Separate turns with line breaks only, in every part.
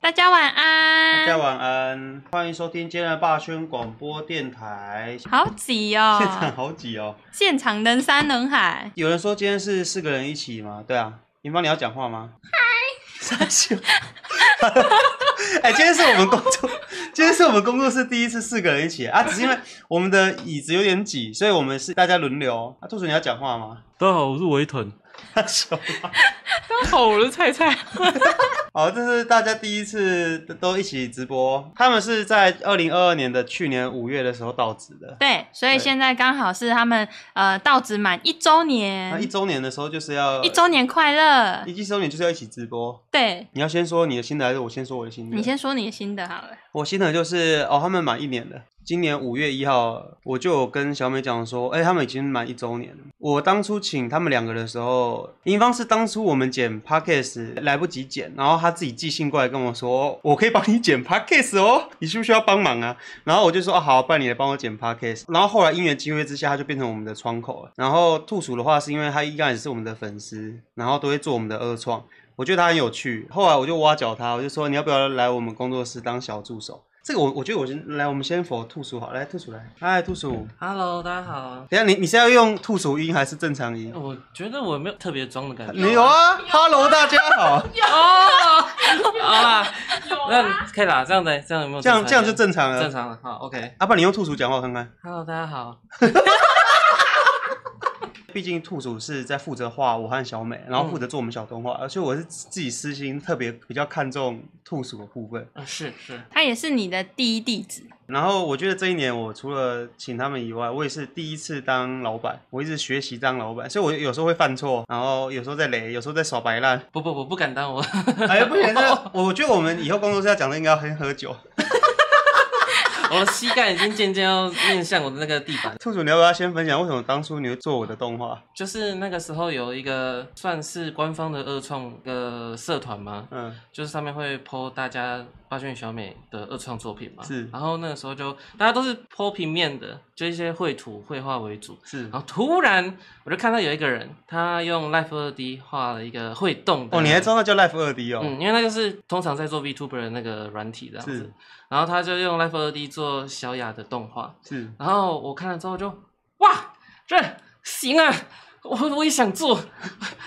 大家晚安。
大家晚安，欢迎收听今天的霸轩广播电台。
好挤哦，
现场好挤哦，
现场人山人海。
有人说今天是四个人一起吗？对啊，银芳你要讲话吗？嗨，傻笑。 哎、今天是我们工作，今天是我们工作室第一次四个人一起啊，只是因为我们的椅子有点挤，所以我们是大家轮流。啊，兔鼠你要讲话吗？
大家好，我是维腾。
他笑。
大家好，我是菜菜。
好，这是大家第一次都一起直播，他们是在二零二二年的去年五月的时候到职的。
对，所以
对
现在刚好是他们呃到职满一周
那
年
一，周年的时候就是要
一周年快乐。
一一周年就是要一起直播。
对，
你要先说你的心得，还是我先说我的心得？
你先说你的心得好了。
我心得就是哦，他们满一年了。今年五月一号，我就有跟小美讲说，哎、他们已经满一周年了。我当初请他们两个的时候，银方是当初我们剪 podcast 来不及剪，然后他自己寄信过来跟我说，我可以帮你剪 podcast 哦，你需不需要帮忙啊？然后我就说啊，好，不然你来帮我剪 podcast。然后后来因缘机会之下，他就变成我们的窗口了。然后兔鼠的话，是因为他一开始是我们的粉丝，然后都会做我们的二创。我觉得他很有趣。后来我就挖角他，我就说你要不要来我们工作室当小助手？这个我我觉得我先来，我们先否兔鼠好，来兔鼠来，嗨兔鼠，
Hello，大家好。
等一下你你是要用兔鼠音还是正常音？
我觉得我没有特别装的感 觉。
你有啊，Hello 大家 好，
哦，好啦，那可以啦，这样的这样有没有
这样
正常一点？
这样就正常了。啊
正常了。好，OK。
阿爸，不然你用兔鼠讲话看看。
Hello，大家好。
毕竟兔鼠是在负责画我和小美，然后负责做我们小动画，而且我是自己私心特别比较看重兔鼠的部分。
嗯，是是，。
他也是你的第一弟子，
然后我觉得这一年我除了请他们以外，我也是第一次当老板，我一直学习当老板，所以我有时候会犯错，然后有时候在雷，有时候在耍白烂
不不不，不敢当我。
哎，不行，这我觉得我们以后工作室要讲的应该要先喝酒。
我的膝盖已经渐渐要面向我的那个地板。
兔主，你要不要先分享为什么当初你会做我的动画？
就是那个时候有一个算是官方的二创的社团吗？
嗯，
就是上面会 PO 大家八炫小美的二创作品嘛，
是
然后那个时候就大家都是 PO 平面的，就一些绘图绘画为主。
是
然。后突然我就看到有一个人，他用 Life 二 D 画了一个会动的。
哦，你还知道那叫 Life 二 D 哦？
嗯，因为那个是通常在做 VTuber 的那个软体这样
是
子。然后他就用 Life 二 D 做小雅的动画，
是，
然后我看了之后就，哇，这行啊，我我也想做，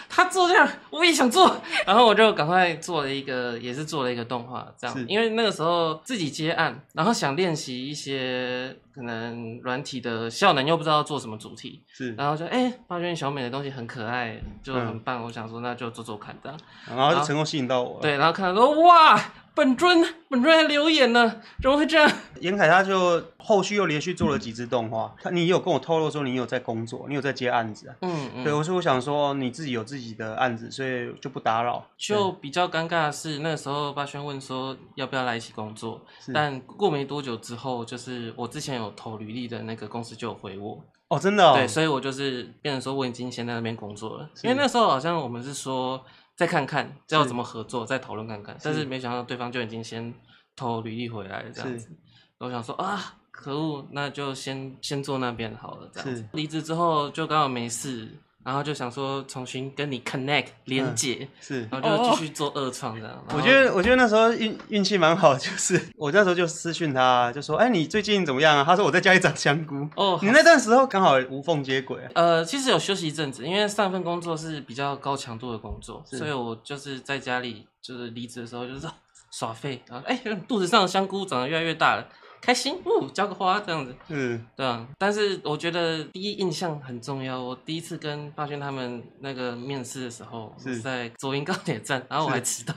他做这样我也想做， 然后我就赶快做了一个，也是做了一个动画，这
是
样，因为那个时候自己接案，然后想练习一些可能软体的效能，又不知道做什么主题，
是，
然后就哎发现小美的东西很可爱，就
嗯
很棒，我想说那就做做看这样，
然后就成功吸引到我。，
对，然后看到说哇，本尊本尊还留言呢，怎么会这样？
严凯他就后续又连续做了几支动画，他你有跟我透露说你有在工作，你有在接案子啊？
嗯嗯，
对，我说我想说你自己有自己的案子，所以就不打扰。
就比较尴尬的是，那个时候八轩问说要不要来一起工作，
是
但过没多久之后，就是我之前有投履历的那个公司就有回我，
哦，真的哦，
对，所以我就是变成说我已经先在那边工作了，因为那时候好像我们是说再看看要怎么合作，再讨论看看，但是没想到对方就已经先投履历回来了这样子，我想说啊。可恶，那就先先做那边好了，这样子
是。
离职之后就刚好没事，然后就想说重新跟你 connect 连接，
是。
然后就继续做二创这样。
嗯
然后
呃我觉得，我觉得那时候运运气蛮好，就是我那时候就私讯他，就说：“哎、你最近怎么样啊？”他说：“我在家里长香菇。”
哦
你那段时候刚好无缝接轨啊，
呃，其实有休息一阵子，因为上份工作是比较高强度的工作，
是
所以我就是在家里就是离职的时候就是 啊耍废，然后哎、肚子上的香菇长得越来越大了，开心，呜、浇个花这样子，
是
对啊。但是我觉得第一印象很重要。我第一次跟霸轩他们那个面试的时候，
是
是在左营高铁站，然后我还迟到。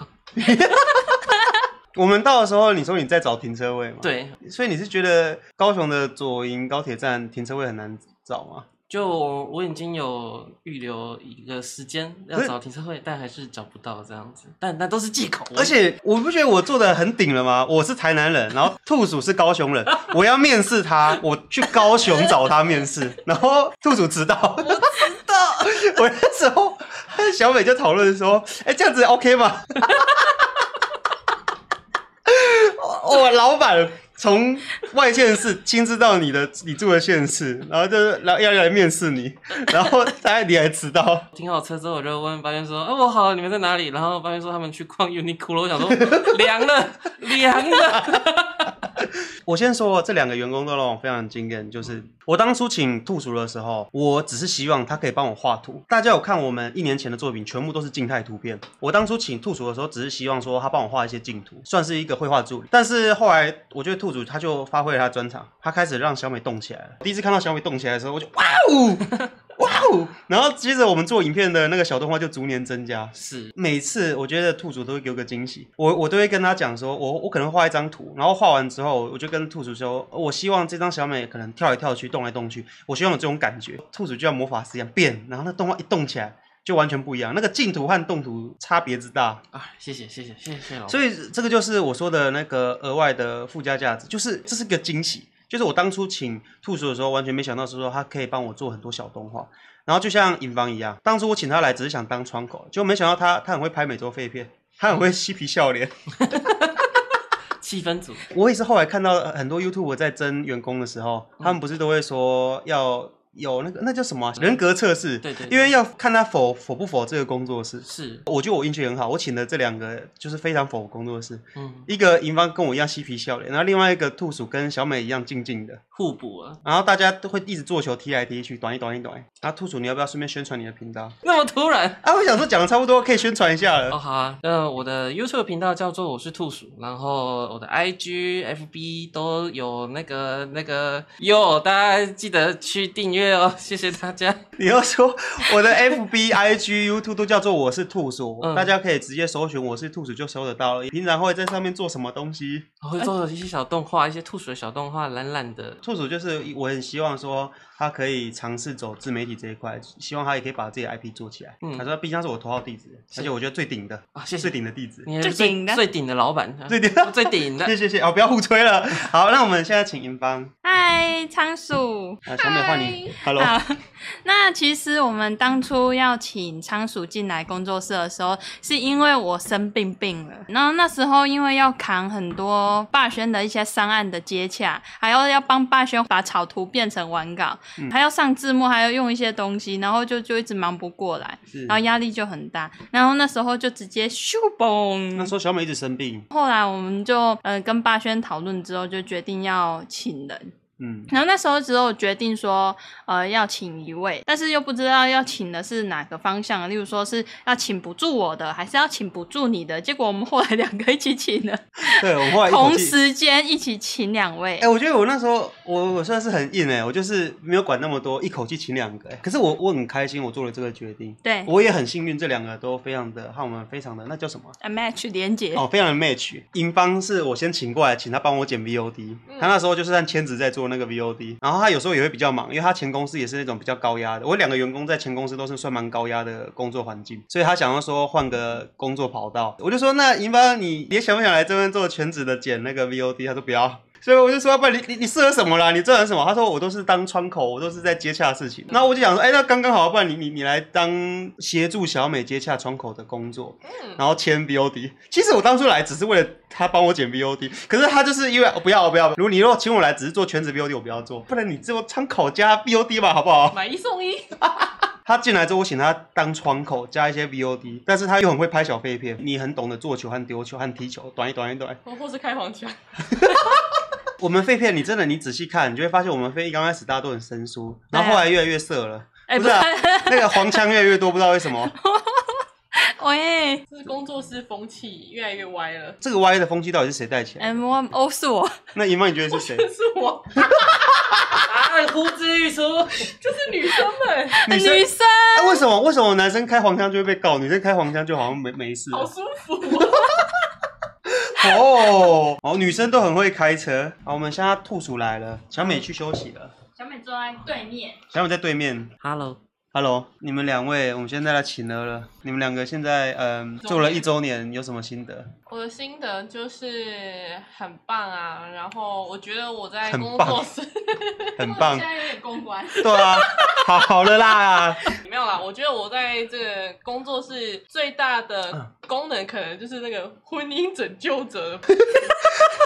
我们到的时候，你说你在找停车位嘛？，
对，
所以你是觉得高雄的左营高铁站停车位很难找吗？
就我我已经有预留一个时间要
可是
找停车位，但还是找不到这样子，但那都是借口。
而且我不觉得我做的很顶了吗？我是台南人，然后兔鼠是高雄人， 我要面试他，我去高雄找他面试， 然后兔鼠迟到，我迟到， 我那时候和小美就讨论说，哎、这样 子 OK 吗？我我老板从外县市亲自到你的你住的县市，然后就是来要来面试你，然后他你还迟到，
停好车之后，我就问八月说：“哎、我好了，你们在哪里？”然后八月说他们去逛 Uniqlo，我想 说凉了，凉了。
我先说，这两个员工都让我非常惊艳。就是我当初请兔叔的时候，我只是希望他可以帮我画图。大家有看我们一年前的作品，全部都是静态图片。我当初请兔叔的时候，只是希望说他帮我画一些静图，算是一个绘画助理。但是后来，我觉得兔主他就发挥了他专长，他开始让小美动起来了。第一次看到小美动起来的时候，我就哇哦，哇哦！然后接着我们做影片的那个小动画就逐年增加，
是，
每次我觉得兔主都会给我个惊喜，我我都会跟他讲说，我我可能画一张图，然后画完之后，我就跟兔主说，我希望这张小美可能跳来跳去，动来动去，我希望有这种感觉。兔主就像魔法师一样变，然后那动画一动起来就完全不一样，那个静图和动图差别之大，
啊，谢谢谢谢谢谢谢谢老板。
所以这个就是我说的那个额外的附加价值，就是这是个惊喜。就是我当初请兔叔的时候，完全没想到是说他可以帮我做很多小动画。然后就像尹芳一样，当初我请他来只是想当窗口，就没想到他他很会拍美洲废片，他很会嬉皮笑脸。
气氛组
我也是后来看到很多 YouTube 在征员工的时候，
嗯
他们不是都会说要有那个那叫什么啊、人格测试？
对对对
因为要看他否否不否这个工作室。
是，
我觉得我运气很好，我请的这两个就是非常否工作室，
嗯，
一个银芳跟我一样嬉皮笑脸，然后另外一个兔鼠跟小美一样静静的，
互补啊，
然后大家都会一直做球踢来踢去，短一短一短一。然后兔鼠，你要不要顺便宣传你的频道？
那么突然。
啊，我想说讲的差不多，可以宣传一下了。
哦，好啊。那我的 YouTube 频道叫做我是兔鼠，然后我的 IG、FB 都有那个那个哟，大家记得去订阅哦，谢谢大家。
你要说我的 FB、IG、YouTube 都叫做我是兔鼠，
嗯
大家可以直接搜寻我是兔鼠就搜得到了。平常会在上面做什么东西？
我会做一些小动画，一些兔鼠的小动画，懒懒的。
兔鼠就是我很希望说他可以尝试走自媒体这一块，希望他也可以把自己的 IP 做起来。
嗯
他说，毕竟他是我头号弟子，
是
而且我觉得最顶的，
啊谢谢
最顶的弟子。
你是
最顶的
最顶的老板，啊
最顶
最 顶的
谢。谢谢哦，不要互吹了。 好，那我们现在请银芳，
嗨，仓鼠。
啊，小美换你，Hello，
好， 那其实我们当初要请仓鼠进来工作室的时候，是因为我生病病了，然后那时候因为要扛很多霸轩的一些商案的接洽，还要要帮霸轩把草图变成完稿，
嗯
还要上字幕，还要用一些东西，然后就就一直忙不过来，
是
然后压力就很大，然后那时候就直接咻嘣
那，时候小美一直生病，
后来我们就呃跟霸轩讨论之后，就决定要请人。
嗯，
然后那时候只有决定说，呃，要请一位，但是又不知道要请的是哪个方向，例如说是要请不住我的，还是要请不住你的。结果我们后来两个一起请 了，
对，我们后来一口
同
气。
时间一起请两位
哎、。我觉得我那时候我我算是很硬哎、我就是没有管那么多，一口气请两个、哎可是我我很开心，我做了这个决定，
对
我也很幸运，这两个都非常的和我们非常的那叫什么？
，a 啊 match 连结，
哦，非常的 match。银方是我先请过来，请他帮我剪 VOD，、他那时候就是按签子在做那个 VOD，然后他有时候也会比较忙，因为他前公司也是那种比较高压的。我两个员工在前公司都是算蛮高压的工作环境，所以他想要说换个工作跑道，我就说那银方你也想不想来这边做全职的剪那个 VOD？他说不要。所以我就说，啊要不然你你你适合什么啦？你做成什么？他说我都是当窗口，我都是在接洽事情。然后我就想说，哎、那刚刚好，不然你你你来当协助小美接洽窗口的工作。然后签 VOD。其实我当初来只是为了他帮我剪 VOD，可是他就是因为我不要我不要，如果你如果请我来只是做全职 VOD，我不要做，不然你做窗口加 VOD 吧，好不好？
买一送一。
他进来之后，我请他当窗口加一些 VOD，但是他又很会拍小废片，你很懂得做球和丢球和踢球，短一短一短。
或是开黄腔，
我们废片，你真的你仔细看，你就会发现我们废一刚开始大家都很生疏，然后后来越来越色了。
哎
不是、啊，那个黄腔越来越多，不知道为什么。
喂，
就是工作室风气越来越歪了。
这个歪的风气到底是谁带起来的？
m one O 是哎我，
那银芳，你觉得是谁？
就是我，
啊，呼之 欲出。
就是女生 们，
女
生
生
哎、为什么为什么男生开黄腔就会被告，女生开黄腔就好像没没事？
好舒服、哦。
哦哦，女生都很会开车。好，我们现在兔鼠来了，小美去休息了，
小美坐在对面，
小美在对面。
Hello，
Hello，你们两位，我们现在来请了了。你们两个现在嗯、做了一周年，有什么心得？
我的心得就是很棒啊，然后我觉得我在
很
工
棒
作室
很棒
现，在有点公关，
对啊，好好了啦。
没有，啦，我觉得我在这个工作室最大
嗯
的功能，可能就是那个婚姻拯救者，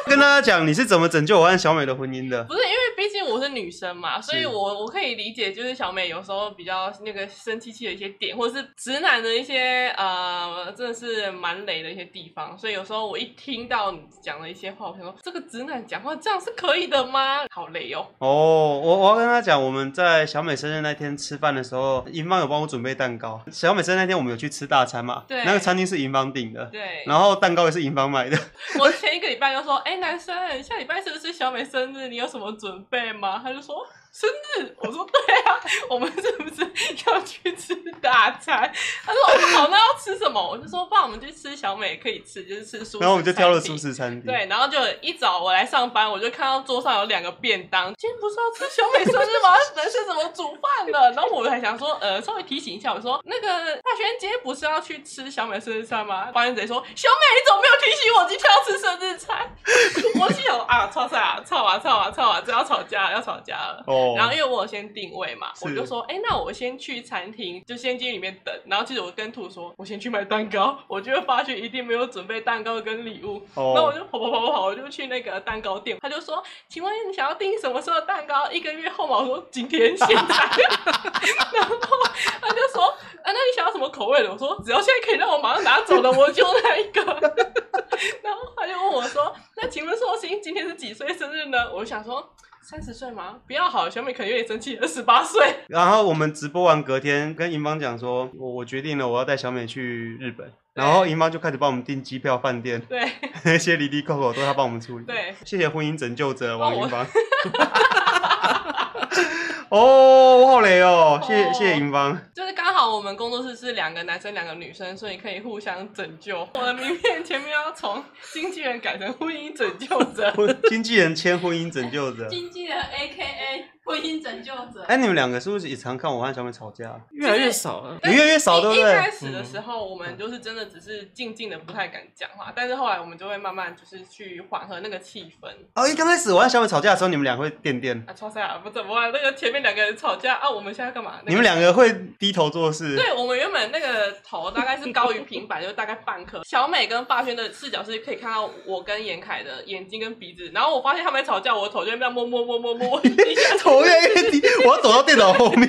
跟大家讲你是怎么拯救我和小美的婚姻的。
不是因为毕竟我是女生嘛，所以
是
我我可以理解，就是小美有时候比较那个生气气的一些点，或者是直男的一些呃，真的是蛮雷的一些地方。所以有时候我一听到你讲的一些话，我想说这个直男讲话这样是可以的吗？好雷哦，
哦，我我要跟他讲，我们在小美生日那天吃饭的时候，银芳有帮我准备蛋糕。小美生日那天我们有去吃大餐嘛？
对
那个餐厅是银芳订的，
对。
然后蛋糕也是银芳买的。
我前一个礼拜就说，哎、男生，下礼拜是不是小美生日？你有什么准备吗？他就说生日，我说对啊，我们是不是要去吃大餐？他说哦好，那要吃什么？我就说，不然我们去吃小美可以吃，就是吃素食餐厅。
然后我们就挑了素食餐厅。
对，然后就一早我来上班，我就看到桌上有两个便当。今天不是要吃小美生日吗？男生怎么煮饭了？然后我还想说，呃，稍微提醒一下，我说那个大学今天不是要去吃小美生日餐吗？发言人说，小美你怎么没有提醒我今天要吃生日餐？ 我心想啊，操啥啊，操啊，操啊，操啊，这要吵架了，要吵架了。
哦，
然后因为我有先定位嘛，
是
我就说，哎、那我先去餐厅，就先进里面等。然后其实我跟兔说，我先去买蛋糕， 我就会发现一定没有准备蛋糕跟礼物。
哦
那我就跑跑跑跑跑，我就去那个蛋糕店，他就说，请问你想要订什么时候的蛋糕？一个月后嘛，我说今天现在。 然后他就说，啊，那你想要什么口味的？我说只要现在可以让我马上拿走的，我就那一个。 然后他就问我说，那请问寿星今天是几岁生日呢？我就想说。三十岁吗？不要好了，小美可能有点生气。二十八岁，
然后我们直播完隔天，跟银芳讲说，我我决定了，我要带小美去日本。然后银芳就开始帮我们订机票、饭店，
对，
那些离离扣扣都他帮我们处理。
对，
谢谢婚姻拯救者王
我
银 芳。 哦，我好雷哦，谢谢
哦
谢谢银芳。，
就是刚好我们工作室是两个男生两个女生，所以可以互相拯救。我的名片前面要从经纪人改成婚姻拯救者
婚经纪人签婚姻拯救者。
经纪人 A K A 婚姻拯救者。
哎，你们两个是不是也常看我和小美吵架？
越来越少了。
你越来越 少，对不嗯
一一开
对？
始的时候，我们就是真的只是静静的，不太敢讲话。但是后来我们就会慢慢就是去缓和那个气氛。
哦，一刚开始我和小美吵架的时候，你们俩会垫垫，
啊，超赛啊，不怎么啊，那个前面两个人吵架啊，我们现在干嘛？那个
你们两个会低头做事。
对我们原本那个头大概是高于平板，就大概半颗。 小美跟霸轩的视角是可以看到我跟严凯的眼睛跟鼻子，然后我发现他们在吵架，我的头就在那边摸摸摸摸摸，一下
头越来越低，我要走到电脑后面。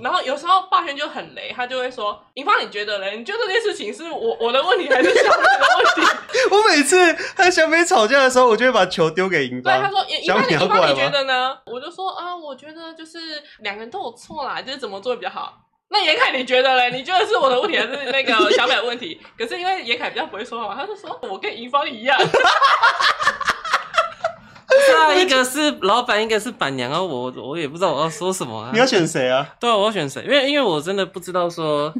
然后有时候霸轩就很雷，他就会说：“银芳，你觉得嘞？你觉得这件事情是我我的问题还是小美的问题
我每次和小美吵架的时候，我就会把球丢给银？”
对，
芳。
他说：“银银
小
芳，
美
你
要
银
过
芳，
来
你觉
吗？
得呢？”我就说：“啊，我觉得就是两个人都有错啦，就是怎么做比较好。”那严凯，你觉得嘞？你觉得是我的问题还是那个小美的问题？ 可是因为严凯比较不会说话，他就说：“我跟银芳一样。”
是啊，一个是老板，一个是板娘啊，我我也不知道我要说什么啊。
你要选谁啊？
对啊，我要选谁？因为因为我真的不知道说，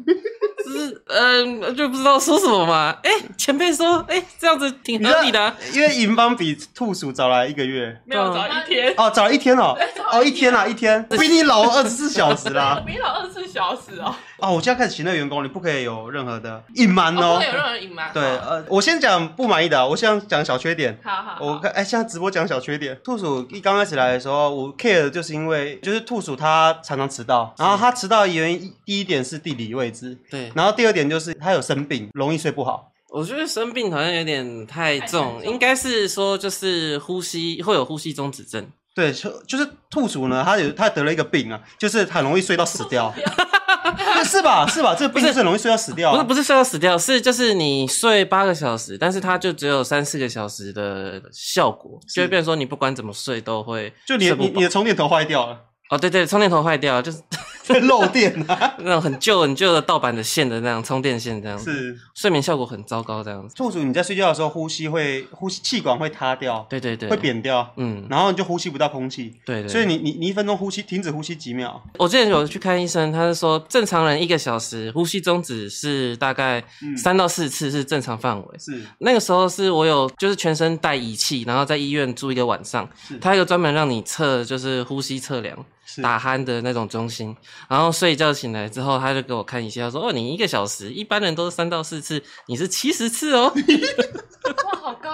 就是嗯、就不知道说什么嘛。哎、前辈说，哎、这样子挺
你知道
合理的啊、
因为银芳比兔鼠早来一个月，
没有找一天，
哦，早了一天哦，哦，一天啦，一天，比你老二十四小时
我
啦。
比老二十四小时哦，
哦，我现在开始请那个员工，你不可以有任何的隐瞒
哦，不
哦
能。有任何隐瞒。
对，
好
呃，我先讲不满意的啊，我先讲小缺点。
好好，
我
好
看，哎、现在直播讲小缺点。兔鼠一刚开始来的时候，我 care 的就是因为就是兔鼠它常常迟到，然后它迟到的原因第一点是地理位置，
对，
然后第二点就是它有生病，容易睡不好。
我觉得生病好像有点太
太
重，
沉重
应该是说就是呼吸会有呼吸中止症。
对，就就是兔鼠呢，它有它得了一个病啊，就是它很容易睡到死 掉，对是吧？是吧？这个病就是很容易睡到死掉
不是
啊、
不是睡到死掉，是就是你睡八个小时，但是它就只有三四个小时的效果，就会变成说你不管怎么睡都会
就你的
睡不
你你
饱
的充电头坏掉了，
哦，对对，充电头坏掉，就是
漏电啊，
那种很旧很旧的盗版的线的那样充电线这样子，
是。
睡眠效果很糟糕这样子。
兔鼠你在睡觉的时候，呼吸会呼吸气管会塌掉，
对对对，
会扁掉，
嗯，
然后你就呼吸不到空气。
对对。
所以你你你一分钟呼吸停止呼吸几秒，
我之前有去看医生，他是说正常人一个小时呼吸中止是大概
嗯
三到四次是正常范围。
是
那个时候是我有就是全身带仪器，然后在医院住一个晚上
是，
他有一个专门让你测就是呼吸测量、
是
打鼾的那种中心。然后睡一觉醒来之后，他就给我看一下，他说：“哦，你一个小时，一般人都是三到四次，你是七十次哦。
哇，好高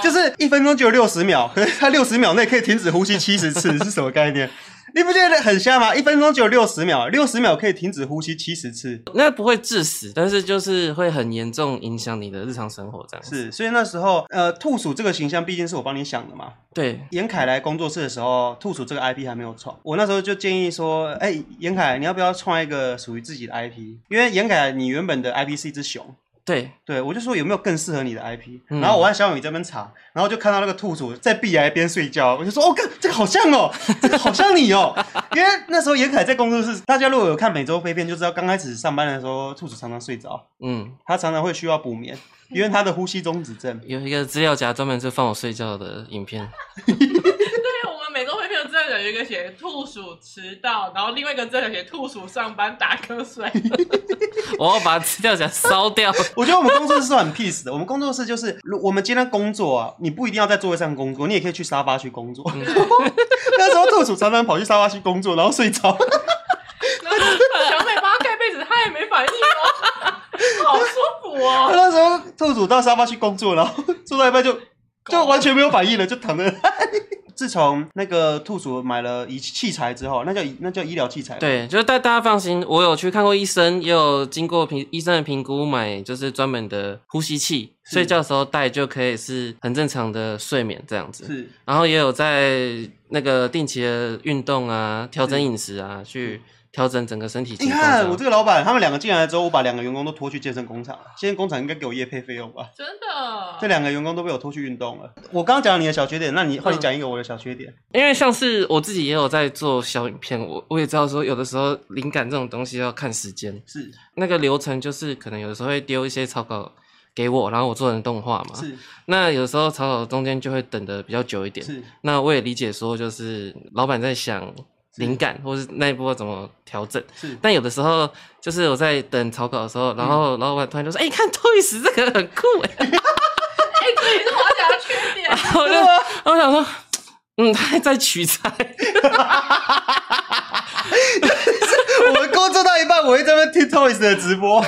就是一分钟只有六十秒，可是它六十秒内可以停止呼吸七十次，是什么概念？你不觉得很瞎吗？一分钟只有六十秒，六十秒可以停止呼吸七十次，
那不会致死，但是就是会很严重影响你的日常生活这样子。
是，所以那时候呃，兔鼠这个形象毕竟是我帮你想的嘛。
对，
严凯来工作室的时候，兔鼠这个 IP 还没有创，我那时候就建议说，哎、严凯，你要不要创一个属于自己的 IP？因为严凯你原本的 IP 是一只熊，
对，
对我就说有没有更适合你的 IP？、
嗯
然后我和小雨这边查，然后就看到那个兔鼠在壁崖边睡觉，我就说，哦，看这个好像哦，这个好像你哦， 因为那时候严凯在工作室，大家如果有看每周飞片就知道，刚开始上班的时候，兔鼠常常睡着，
嗯，
他常常会需要补眠，因为他的呼吸中止症。
有一个资料夹专门是放我睡觉的影片，
对，我们每周会片的资料夹有一个写兔鼠迟到，然后另外一个资料夹写兔鼠上班打瞌睡。
我要把资料夹烧掉。
我觉得我们工作室是很 peace 的。我们工作室就是，如我们今天工作啊，你不一定要在座位上工作，你也可以去沙发去工作。 那时候兔鼠常常跑去沙发去工作，然后睡着。
然后小美帮他盖被子，他也没反应哦，好舒服哦。
啊那时候兔鼠到沙发去工作，然后做到一半就就完全没有反应了，就躺在 那里。自从那个兔鼠买了仪器材之后，那叫那叫医疗器材。，
对，就是大大家放心，我有去看过医生，也有经过评医生的评估买，就是专门的呼吸器，
是
睡觉的时候戴就可以是很正常的睡眠这样子。
是
然后也有在那个定期的运动啊，调整饮食啊，去调整整个身体
哎
结
你
构这
看我
样。
这个老板，他们两个进来之后，我把两个员工都拖去健身工厂了。健身工厂应该给我业配费用吧？
真的，
这两个员工都被我拖去运动了。我刚刚讲你的小缺点，那你换你讲一个我的小缺点。
因为像是我自己也有在做小影片，我我也知道说有的时候灵感这种东西要看时间，
是
那个流程就是可能有的时候会丢一些草稿给我，然后我做成动画嘛。
是
那有时候草稿中间就会等的比较久一点。
是
那我也理解说，就是老板在想灵感或是那一波怎么调整。
是，
但有的时候，就是我在等草稿的时候，然后老板突然就说：“哎、看 Toys 这个很酷哎
哎，这也是我讲的缺！”点
然。后我就，然后我想说，嗯，他还在取材，
我们工作到一半，我会在那边听 Toys 的直播。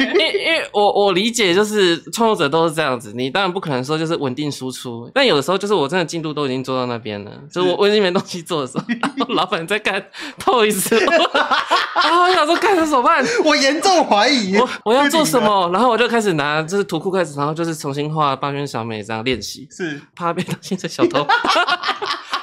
因为因为我我理解就是创作者都是这样子，你当然不可能说就是稳定输出，但有的时候就是我真的进度都已经做到那边了，就是我我已经没东西做的时候， 然后老板在干 Toys，然后啊我想说干这怎么办？
我严重怀疑
我我要做什
月饼啊？
么？然后我就开始拿就是图库开始，然后就是重新画八圈小美这样练习，
是
怕被当心成小偷。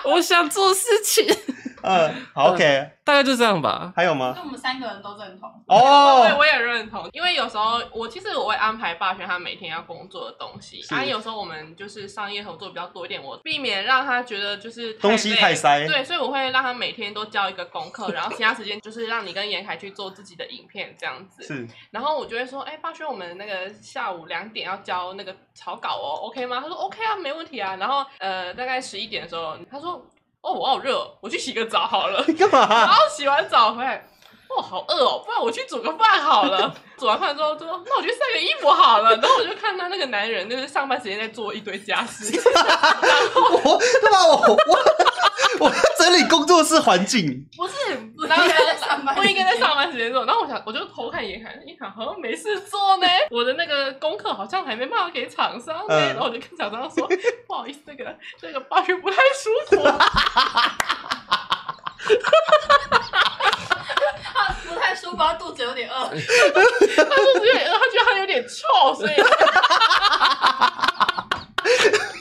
我想做事情，
嗯，好 OK，
大概就这样吧。
还有吗？
我们三个人都认同。
对，
哦，
我也认同，因为有时候我其实我会安排霸轩他每天要工作的东西，
是
啊，有时候我们就是商业合作比较多一点，我避免让他觉得就是
东西
累
太塞
对，所以我会让他每天都交一个功课，然后其他时间就是让你跟严凯去做自己的影片这样子。
是
然后我就会说，哎、霸轩，我们那个下午两点要交那个草稿哦，OK 吗？他说 OK 啊，没问题啊。然后呃，大概十一点的时候，他说，哦，我好热，我去洗个澡好了。
你干嘛
然？后洗完澡回来，哇，好饿哦，不然我去煮个饭好了。 煮完饭之后就说，那我去晒个衣服好了。然后我就看到那个男人，就是上班时间在做一堆家事，
我他妈我我我整理工作室环境，
不是，
然
然
后
后
在上班，
不应该在。上班时间做。然后我想，我就偷看严寒，严寒好像没事 做呢。我的那个功课好像还没办法给厂商呢。
嗯
然后我就跟厂商说，不好意思，那个那个八月不太 舒服。
他不太舒服，他肚子有 点饿。
他说有点饿，他觉得他有点臭，所以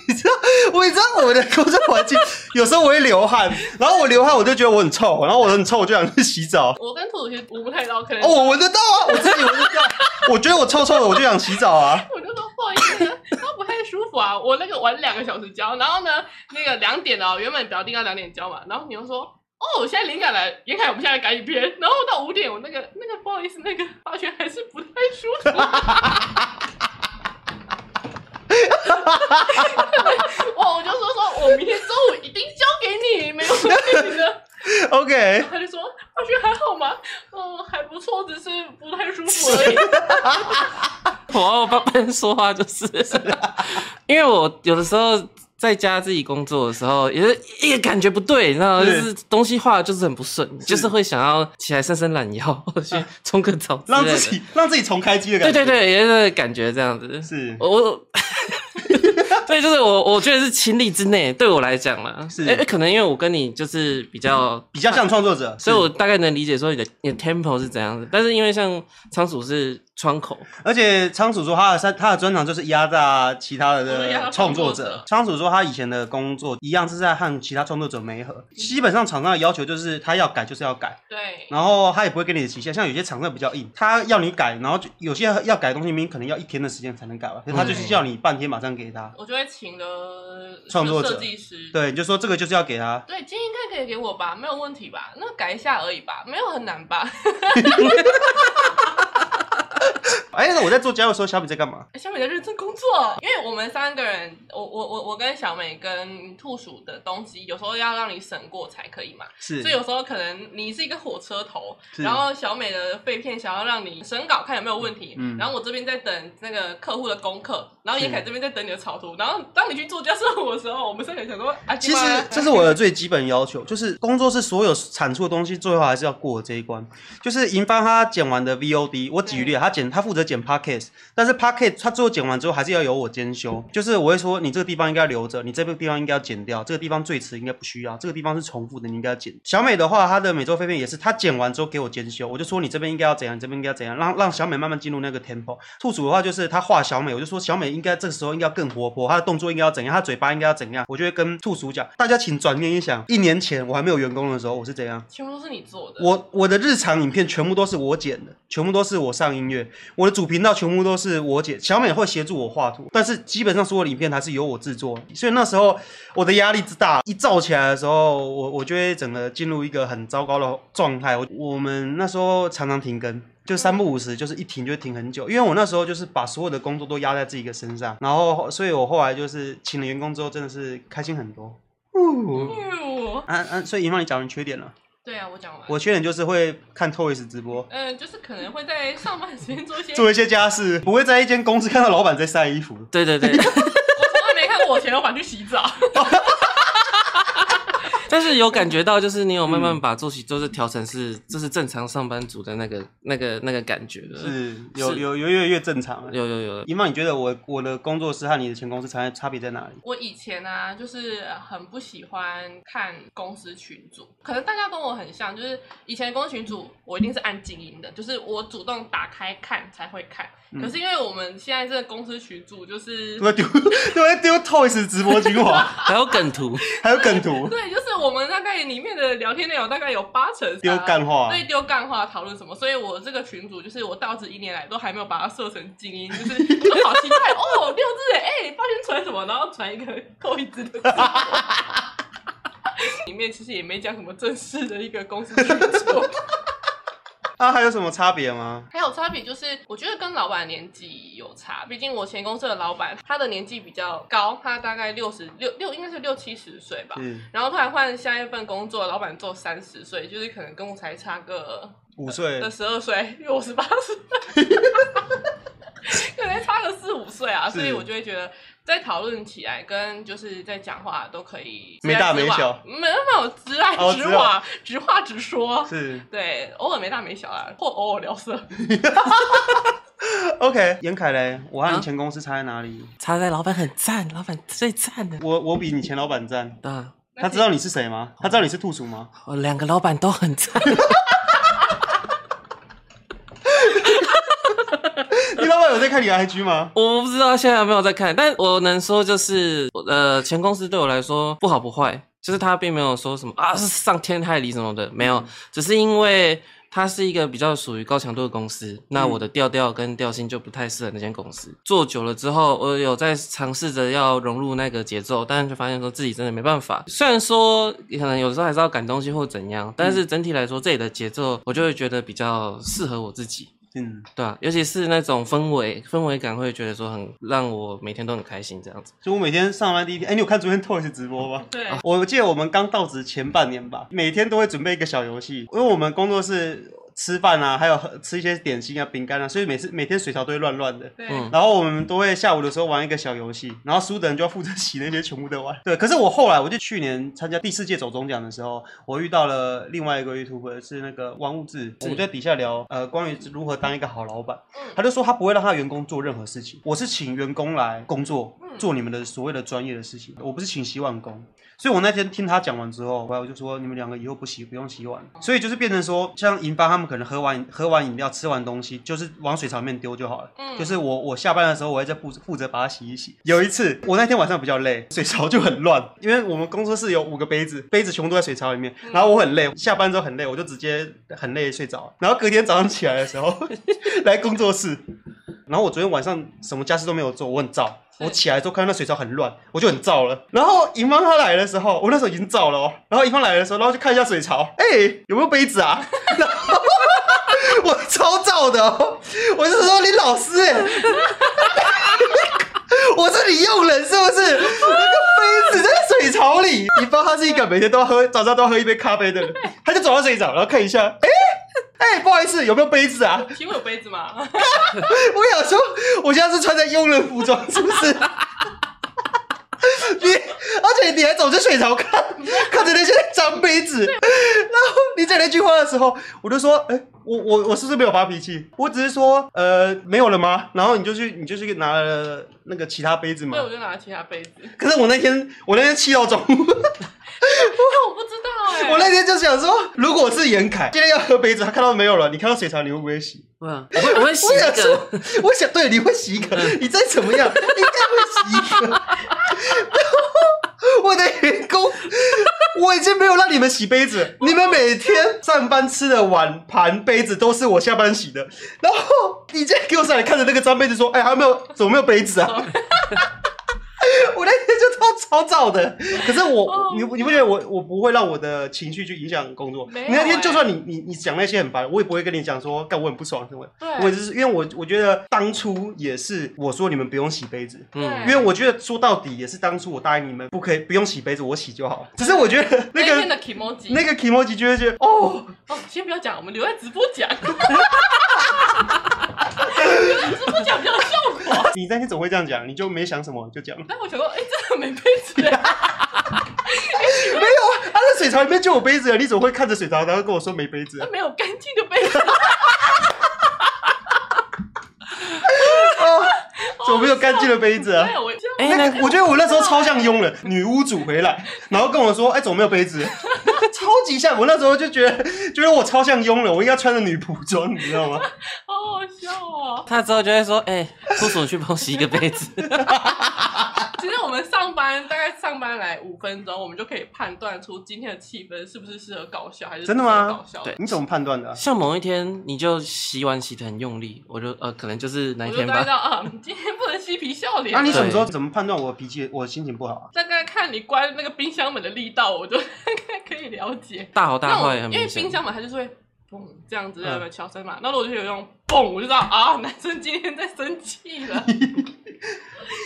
你知道？我你知道我的工作环境，有时候我会流汗，然后我流汗我就觉得我很臭，然后我很臭我就想去洗澡。
我跟兔子其实不太到，可能
哦，我闻得到啊，我自己闻得到，我觉得我臭臭的我就想洗澡啊。
我就说不好意思，他不太舒服啊。我那个晚两个小时交，然后呢，那个两点哦，原本表定要两点交嘛，然后你又说哦，我现在灵感来，也凯，我们现在改影片，然后到五点，我那个那个不好意思，那个发圈还是不太舒服。 哇！我就说说，我明天中午一定交给你，没有问题的。
OK，
他就说，发圈还好吗？嗯，还不错，只是不太舒服而已。
我要帮别人说话，就是 因为我有的时候在家自己工作的时候，也是一个感觉不对，你知道吗，就是是东西画的就是很不顺，就是会想要起来伸伸懒 腰，或者去冲个澡之
让
类
自
的。
己让自己重开机的感
对
觉。
对对，也是感觉这样子。
是
我所以就是我，我觉得是情理之内，对我来讲啦。
是
哎、哎可能因为我跟你就是比较，
比较像创作者，
所以
是
我大概能理解说你的你的 tempo 是怎样的。但是因为像仓鼠是窗口，
而且仓鼠说他的三他的专长就是压榨其他的
我们哦压榨
的创
创作
作
者
者。仓鼠说他以前的工作一样是在和其他创作者媒合，
嗯
基本上厂商的要求就是他要改就是要改，
对，
然后他也不会给你的期限。像有些厂商比较硬，他要你改，然后就有些要改的东西，明明可能要一天的时间才能改
嗯
完，可是他就是要你半天马上给他。
我就会请了
创作者
设计师。
对，你就说这个就是要给他，
对，今天应该可以给我吧，没有问题吧？那改一下而已吧，没有很难吧？
哎，那我在做家务的时候，小米在干嘛？
小美在认真工作，因为我们三个人，我我我我跟小美跟兔鼠的东西，有时候要让你审过才可以嘛。
是
所以有时候可能你是一个火车头，
是
然后小美的废片想要让你审稿看有没有问题，
嗯
然后我这边在等那个客户的功课，然后
是
严凯这边在等你的草图，然后当你去做家事的时候，我们三个人想说啊，
其实
今晚
这是我的最基本要求，就是工作室所有产出的东西，最后还是要过这一关。就是银帆他剪完的 VOD，我举例啊，他剪他负责剪 podcast，但是 podcast 他最后剪完之后还是要由我监修，就是我会说你这个地方应该留着，你这个地方应该要剪掉，这个地方最迟应该不需要，这个地方是重复的，你应该要剪。小美的话，她的每周飞片也是她剪完之后给我监修，我就说你这边应该要怎样，你这边应该要怎样，让让小美慢慢进入那个 tempo。兔鼠的话就是她画小美，我就说小美应该这个时候应该要更活泼，她的动作应该要怎样，她嘴巴应该要怎样，我就会跟兔鼠讲，大家请转念一想，一年前我还没有员工的时候，我是怎样。
全部都是你做的，
我我的日常影片全部都是我剪的，全部都是我上音乐，我的主频道全部都是我剪。小美会协助我画图，但是基本上所有的影片还是由我制作。所以那时候我的压力之大，一燥起来的时候，我我就会整个进入一个很糟糕的状态。我我们那时候常常停更。就三不五十，就是一停就停很久，因为我那时候就是把所有的工作都压在自己的身上，然后，所以我后来就是请了员工之后，真的是开心很多。哦，
嗯
啊啊，所以银芳，你讲你缺点了。
对啊，我讲完。
我缺点就是会看 Toys 直播，
嗯、就是可能会在上班时间 做一些
做一些家事，不会在一间公司看到老板在晒衣服。
对对对，
我从啊来没看过我前老板去洗澡，
但是有感觉到就是你有慢慢把作息就是调成是这是正常上班族的那个那个那个感觉了。
是，有
是
有有越来越正常了。
有有有，
姨妈，你觉得我我的工作室和你的前公司差差别在哪里？
我以前啊，就是很不喜欢看公司群组，可能大家跟我很像，就是以前的公司群组我一定是按静音的，就是我主动打开看才会看。
嗯
可是因为我们现在这个公司群组就是
都。在丢都在丢 Toys 直播精华，
还有梗图，
还有梗图，
对，就是我们大概里面的聊天内容大概有八成是
丢干话。
对丢干话讨论什么，所以我这个群组就是我到职一年来都还没有把它设成静音，就是我都好期待哦，六字哎，哎抱歉传什么，然后传一个扣一字的字。里面其实也没讲什么正式的一个公司群组，
啊，还有什么差别吗？
还有差别就是，我觉得跟老板年纪有差，毕竟我前公司的老板他的年纪比较高，他大概六十六六应该是六七十岁吧，
是
然后突然换下一份工作，老板做三十岁，就是可能跟我才差个
五岁
那，十二岁，因为我十八岁， 可能差个四五岁啊，
是
所以我就会觉得在讨论起来跟就是在讲话都可以
没大没小，
没有没有直来
哦
直
直
往
往，
直话直说。
是
对，偶尔没大没小啊，或偶尔聊色。
OK。严凯嘞，我和
啊
你前公司差在哪里？
插在老板很赞，老板最赞的。
我我比你前老板赞。
啊，
他知道你是谁吗？他知道你是兔鼠吗？
我两个老板都很赞。
你老板有在看你的 IG 吗？
我不知道现在有没有在看，但我能说就是，呃，前公司对我来说不好不坏，就是他并没有说什么啊是上天害理什么的，没有，只是因为它是一个比较属于高强度的公司，那我的调调跟调性就不太适合那间公司。做久了之后，我有在尝试着要融入那个节奏，但是就发现说自己真的没办法。虽然说可能有时候还是要赶东西或怎样，但是整体来说这里的节奏我就会觉得比较适合我自己。
嗯，
对啊，尤其是那种氛围氛围感，会觉得说很让我每天都很开心这样子。
就我每天上班第一天，哎、你有看昨天 Toys 直播吗？
对，
我记得我们刚到职前半年吧，每天都会准备一个小游戏，因为我们工作室吃饭啊，还有喝吃一些点心啊、饼干啊，所以每次每天水槽都会乱乱的。
对，
嗯
然后我们都会下午的时候玩一个小游戏，然后输的人就要负责洗那些全部的碗。 对，可是我后来我就去年参加第四届走中奖的时候，我遇到了另外一个 YouTuber 是那个王物志，我们在底下聊呃关于如何当一个好老板，他就说他不会让他员工做任何事情，我是请员工来工作，做你们的所谓的专业的事情。我不是请洗碗工，所以我那天听他讲完之后，我我就说你们两个以后不洗不用洗碗，所以就是变成说，像银发他们可能喝完喝完饮料、吃完东西，就是往水槽里面丢就好了。
嗯
就是我我下班的时候，我会在负负责把它洗一洗。有一次我那天晚上比较累，水槽就很乱，因为我们工作室有五个杯子，杯子全部都在水槽里面，然后我很累，下班之后很累，我就直接很累睡着了，然后隔天早上起来的时候来工作室，然后我昨天晚上什么家事都没有做，我很燥。
是
我起来之后看到那水槽很乱，我就很燥了。然后银芳他来的时候，我那时候已经燥了哦。然后银芳来的时候，然后就看一下水槽，哎、有没有杯子啊？ 然后我超燥的、哦，我是说你老师哎、我是你佣人是不是？那个杯子在水槽里，你知道他是一个每天都要喝早上都要喝一杯咖啡的人，他就走到水槽，然后看一下，哎、哎、不好意思，有没有杯子啊？
请问有杯子 吗？
我想说，我现在是穿着佣人服装，是不是？你，而且你还走进水槽看，看着那些脏杯子。然后你讲那句话的时候，我就说，哎、我我我是不是没有发脾气？我只是说，呃，没有了吗？然后你就去，你就去拿了那个其他杯子嘛
对，。我就拿其他杯子。
可是我那天，我那天气到中午，
但我不知道哎、
我那天就想说，如果是严凯今天要喝杯子，他看到没有了，你看到水槽，你会不会洗？
不然啊我会我会洗
我想
一
说
个，，
我想对，你会洗一个，你再怎么样，应该会洗一个。然 后我的员工，我已经没有让你们洗杯子，你们每天上班吃的碗盘杯子都是我下班洗的，然后你今天给我上来看着那个脏杯子说，哎、还有没有，怎么没有杯子啊？ 我那天就超超燥的，可是我，你你不觉得我我不会让我的情绪去影响工作？
没有
你那天
欸
就算你你你讲那些很烦，我也不会跟你讲说，干我很不爽什么的。
对
我也是因为我我觉得当初也是我说你们不用洗杯子。
对
嗯
因为我觉得说到底也是当初我答应你们不可以不用洗杯子，我洗就好了。只是我觉得那
哎那天
个
的 k i m o j i
那个 i m o j i 就会觉得哦，
哦，先不要讲，我们留在直播讲。 留在直播讲比较有效果。
你那天总会这样讲，你就没想什么就讲。没
但我想说，哎、这个没杯子欸，
有啊，啊那水槽里面就有杯子了，你怎么会看着水槽然后跟我说没杯子啊
它？没有干净的杯子。啊
哦，怎么没有干净的杯子啊
哦对，？我这
哎
样
那个，我觉得我那时候超像佣人，女屋主回来，然后跟我说：“哎、怎么没有杯子？” 超级像，我那时候就觉得，觉得我超像佣人，我应该穿着女仆装，你知道吗？
好好笑哦。
他之后就会说，哎、叔叔去帮我洗一个杯子。
其实我们上班大概上班来五分钟，我们就可以判断出今天的气氛是不是适合搞笑，还是
真的
不适合
吗
搞笑
对
你怎么判断的啊、
像某一天你就洗碗洗得很用力，我就呃可能就是那
我
一
就
天
知
吧。啊
道啊，你今天不能嬉皮笑脸。
那、你
怎
什么时候怎么判断我脾气、我心情不好啊？
大概看你关那个冰箱门的力道，我就 大概可以了解。
大好
那
大
我
坏很
因为
明显
冰。箱嘛，它就是会嘣这样子，
嗯
有没有敲声嘛？那如果就有那种嘣，我就知道啊，男生今天在生气了。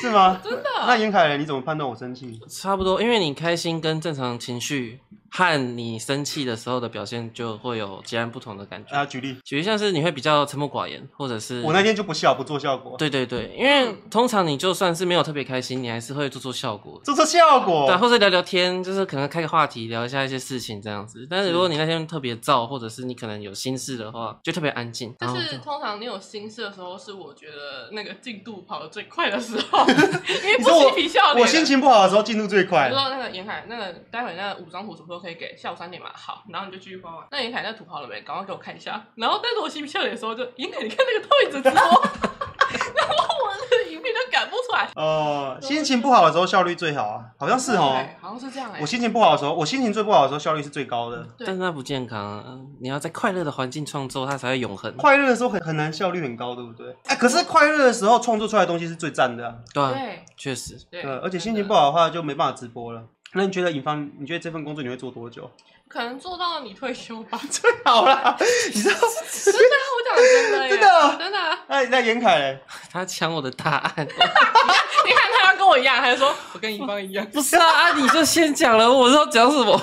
是吗？
真的
那严凯，你怎么判断我生气？
差不多，因为你开心跟正常情绪和你生气的时候的表现就会有截然不同的感觉。
啊，举例，
举例像是你会比较沉默寡言，或者是
我那天就不笑，不做效果，
嗯对对对，因为通常你就算是没有特别开心，你还是会做出效果。
做出效果
对，。或者聊聊天，就是可能开个话题，聊一下一些事情这样子。但是如果你那天特别燥，或者是你可能有心事的话，就特别安静。然
就
哦
后
是
就
通常你有心事的时候，是我觉得那个进度跑得最快的时 候，因为
你
不
说
嬉
我
皮笑脸。
我心。情不好的时候进度最快
你知，道那个严凯那个待会那个五张图什么时候可以给？下午三点嘛，好，然后你就继续画画。那严凯那图好了没？赶快给我看一下。然后但是我嬉皮笑脸的时候就，严凯你看那个透影直播， 然后我的影片都赶不出来。
哦、心情不好的时候效率最好啊，好像是哦。
对，好像是这样哎、
我心情不好的时候，我心情最不好的时候效率是最高的。
对
但是那不健康啊！你要在快乐的环境创作，它才会永恒。
快乐的时候很很难效率很高，对不对？哎、可是快乐的时候创作出来的东西是最赞的啊、
对啊，
对
确实。
对，
对，而且心情
真的
不好的话就没办法直播了。那你觉得尹芳，你觉得这份工作你会做多久？
可能做到你退休吧。
最好啦，你知道？
真的啊，我讲真的 耶，
真的啊
真的啊。
那那严凯嘞？
他抢我的答 案，
你看他要跟我一样，他就说我跟乙方一样。
不是啊？啊，你就先讲了，我知 道讲什么。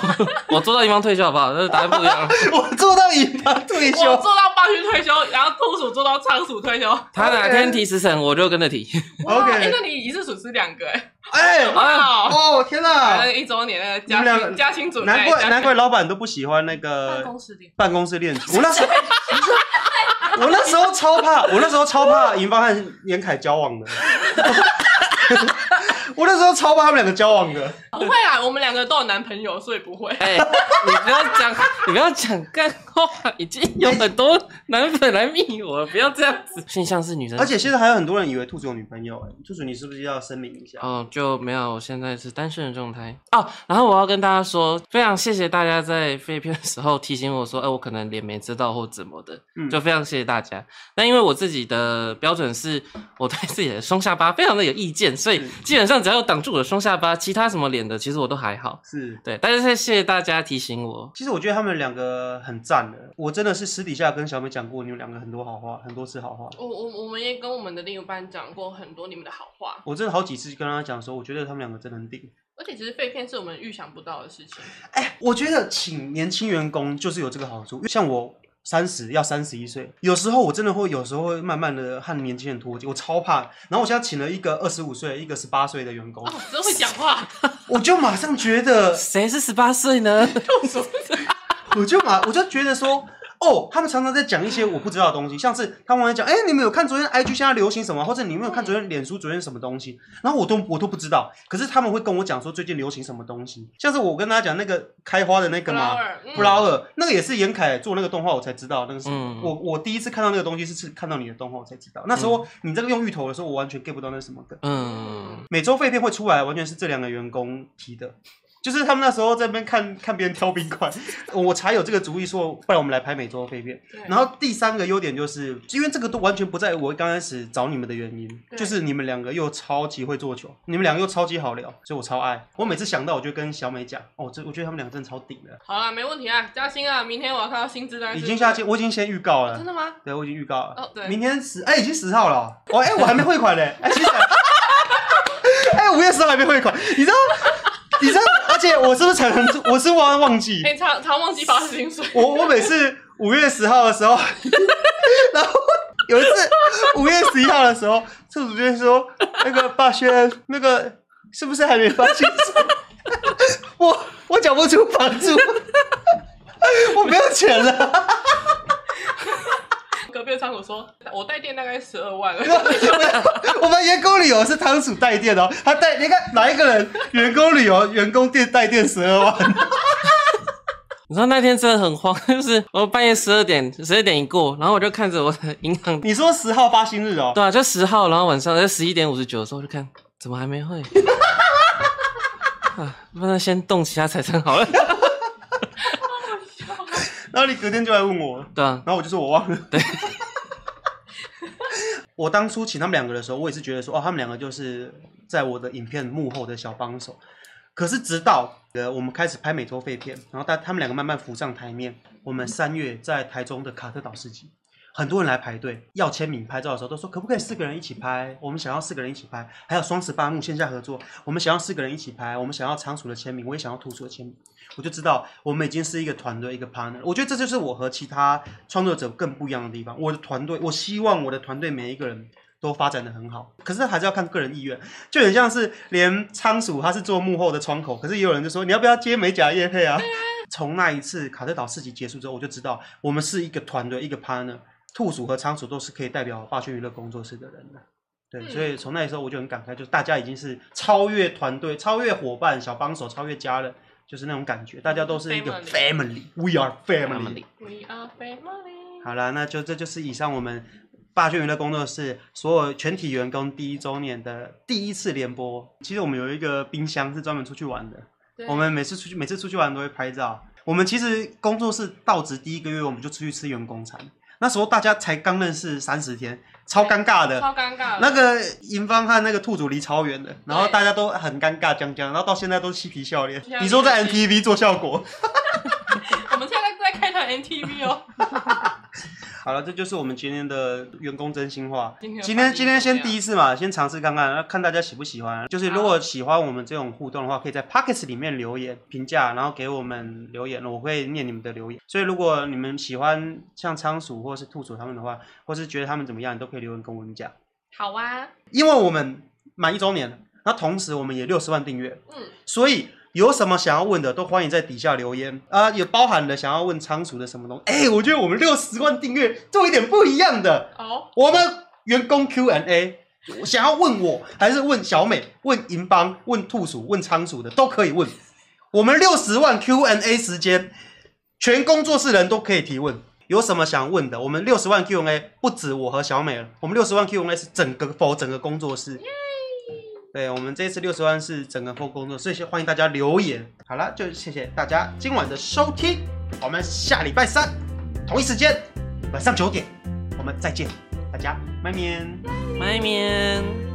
我做到一方退休好不好？那答案不一 样。
我做到尹芳退休，
我做到八旬退休，然后兔鼠做到仓鼠 退休。
他哪天提时辰，我就跟着提。
哇
OK
哎那你一次损失两个哎，
哎、
哇，
哦天哪、
那一周年那个
你
家
们两
庭
个
家庭准备，
难怪
家庭
难怪老板都不喜欢那
办
个
公室里
办公室恋 情。我那时候，你知道我那时候超怕，我那时候超怕银芳和严凯交往的。 我那时候超怕他们两个交往的，
不会啊，我们两个都有男朋友，所以不会。
哎、你不要讲，你不要讲干话，已经有很多男粉来密我了，不要这样子。现象是女生，
而且现在还有很多人以为兔子有女朋友、哎，兔子你是不是要声明一下？
哦，就没有，我现在是单身的状态哦。然后我要跟大家说，非常谢谢大家在废片的时候提醒我说，哎、我可能脸没遮到或怎么的，
嗯
就非常谢谢大家。那因为我自己的标准是，我对自己的双下巴非常的有意见，所以基本上只要有挡住我的双下巴，其他什么脸的其实我都还好。
是，
对，但是谢谢大家提醒我。
其实我觉得他们两个很赞的，我真的是私底下跟小美讲过，你们两个很多好话，很多次好话。
我我我们也跟我们的另一半讲过很多你们的好话，
我真的好几次跟他讲说，我觉得他们两个真的很顶。
而且其实废片是我们预想不到的事情。
哎，我觉得请年轻员工就是有这个好处，因为像我三十要三十一岁，有时候我真的会，有时候会慢慢的和年轻人脱节，我超怕。然后我现在请了一个二十五岁、一个十八岁的员工
哦，，真会讲话，
我就马上觉得，
谁是十八岁呢？
我就马我就觉得说。哦，他们常常在讲一些我不知道的东西，像是他们在讲，哎、你们有看昨天 IG 现在流行什么，或者你们有看昨天脸书昨天什么东西，然后我都我都不知道，可是他们会跟我讲说最近流行什么东西，像是我跟大家讲那个开花的那个嘛，
Flower，嗯
布拉尔那个也是严凯做那个动画，我才知道那个是、
嗯
我我第一次看到那个东西是是看到你的动画我才知道。那时候你这个用芋头的时候，我完全 get 不到那是什么的。
嗯，
每周废片会出来，完全是这两个员工提的，就是他们那时候在那边看看别人挑冰块，我才有这个主意说，不然我们来拍每周废片。
对
然后第三个优点就是，因为这个都完全不在我刚开始找你们的原因，
对
就是你们两个又超级会做球，你们两个又超级好聊，所以我超爱。我每次想到我就跟小美讲，哦，这我觉得他们两个真的超顶的。
好啦，没问题啊，加薪啊！明天我要看到薪资单，
已经下期，我已经先预告
哦真
了，
的吗？
对，我已经预告了。
哦对
明天十，哎，已经十号了哦，哦，哎，我还没汇款嘞，哎，其实，哎，五月十号还没汇款，你知道，你知道，而且我是不是常常，我是忘忘记，
哎、常常忘记发薪水，
我我每次五月十号的时候， 然后有一次五月十一号的时候，厕主就会说那个霸轩那个是不是还没发薪水？ 我我缴不出房租， 我没有钱了，
隔壁的仓鼠说，我带店大概十二万了。
我们员工旅游是仓鼠带电哦，他带你看哪一个人员工旅游员工店带电十二万，
你知道那天真的很慌， 就是我半夜十二点，十二点一过，然后我就看着我的银行，
你说十号发薪日哦，
对啊，就十号，然后晚上在十一点五十九的时候我就看，怎么还没汇？ 啊，不然先动其他财产好了。
然后你隔天就来问我，
对啊，
然后我就说我忘了。对。 我当初请他们两个的时候，我也是觉得说，哦，他们两个就是在我的影片幕后的小帮手。可是直到呃，我们开始拍美洲废片，然后他他们两个慢慢浮上台面。我们三月在台中的卡特岛市集，很多人来排队要签名拍照的时候，都说可不可以四个人一起拍？我们想要四个人一起拍，还有双十八幕线下合作，我们想要四个人一起拍，我们想要仓鼠的签名，我也想要兔鼠的签名。我就知道我们已经是一个团队，一个 partner。我觉得这就是我和其他创作者更不一样的地方。我的团队，我希望我的团队每一个人都发展的很好，可是还是要看个人意愿。就很像是连仓鼠他是做幕后的窗口，可是也有人就说你要不要接美甲业配啊？ 从那一次卡特岛市集结束之后，我就知道我们是一个团队，一个 partner。兔鼠和仓鼠都是可以代表霸轩娱乐工作室的人的。对，
嗯
所以从那时候我就很感慨，就是大家已经是超越团队、超越伙伴、小帮手、超越家人，就是那种感觉，大家都是一个
嗯 Family
family，we are family。
We are family。
好啦，那就这就是以上我们霸轩娱乐工作室所有全体员工第一周年的第一次联播。其实我们有一个冰箱是专门出去玩的，
对
我们每次出去每次出去玩都会拍照。我们其实工作室到职第一个月，我们就出去吃员工餐。那时候大家才刚认识三十天，超尴尬的。
超尴尬
那
的。
个银方和那个兔主离超远的，然后
对
大家都很尴尬僵僵，然后到现在都嬉皮笑脸
笑。脸
你说在 MTV 做效果？
我们现在在开台 NTV 哦。
好了，这就是我们今天的员工真心话。
今天有
今天
反应
今天
怎么
先
样
第一次嘛，先尝试看看，那看大家喜不喜欢。就是如果喜欢我们这种互动的话，可以在 Pockets 里面留言评价，然后给我们留言，我会念你们的留言。所以如果你们喜欢像仓鼠或是兔鼠他们的话，或是觉得他们怎么样，你都可以留言跟我们讲。
好啊，
因为我们满一周年了，那同时我们也六十万订阅，
嗯，
所以有什么想要问的，都欢迎在底下留言啊、也包含了想要问仓鼠的什么东西。哎、我觉得我们六十万订阅做一点不一样的，
哦，
我们员工 Q&A 想要问我，还是问小美、问银邦、问兔鼠、问仓鼠的都可以问。我们六十万 Q&A 时间，全工作室人都可以提问，有什么想问的？我们六十万 Q&A 不止我和小美了，我们六十万 Q&A 是整个 for 整个工作室。对，我们这次六十万是整个 for 工作，所以欢迎大家留言。好了，就谢谢大家今晚的收听，我们下礼拜三同一时间晚上九点，我们再见，大家拜年。
麦面。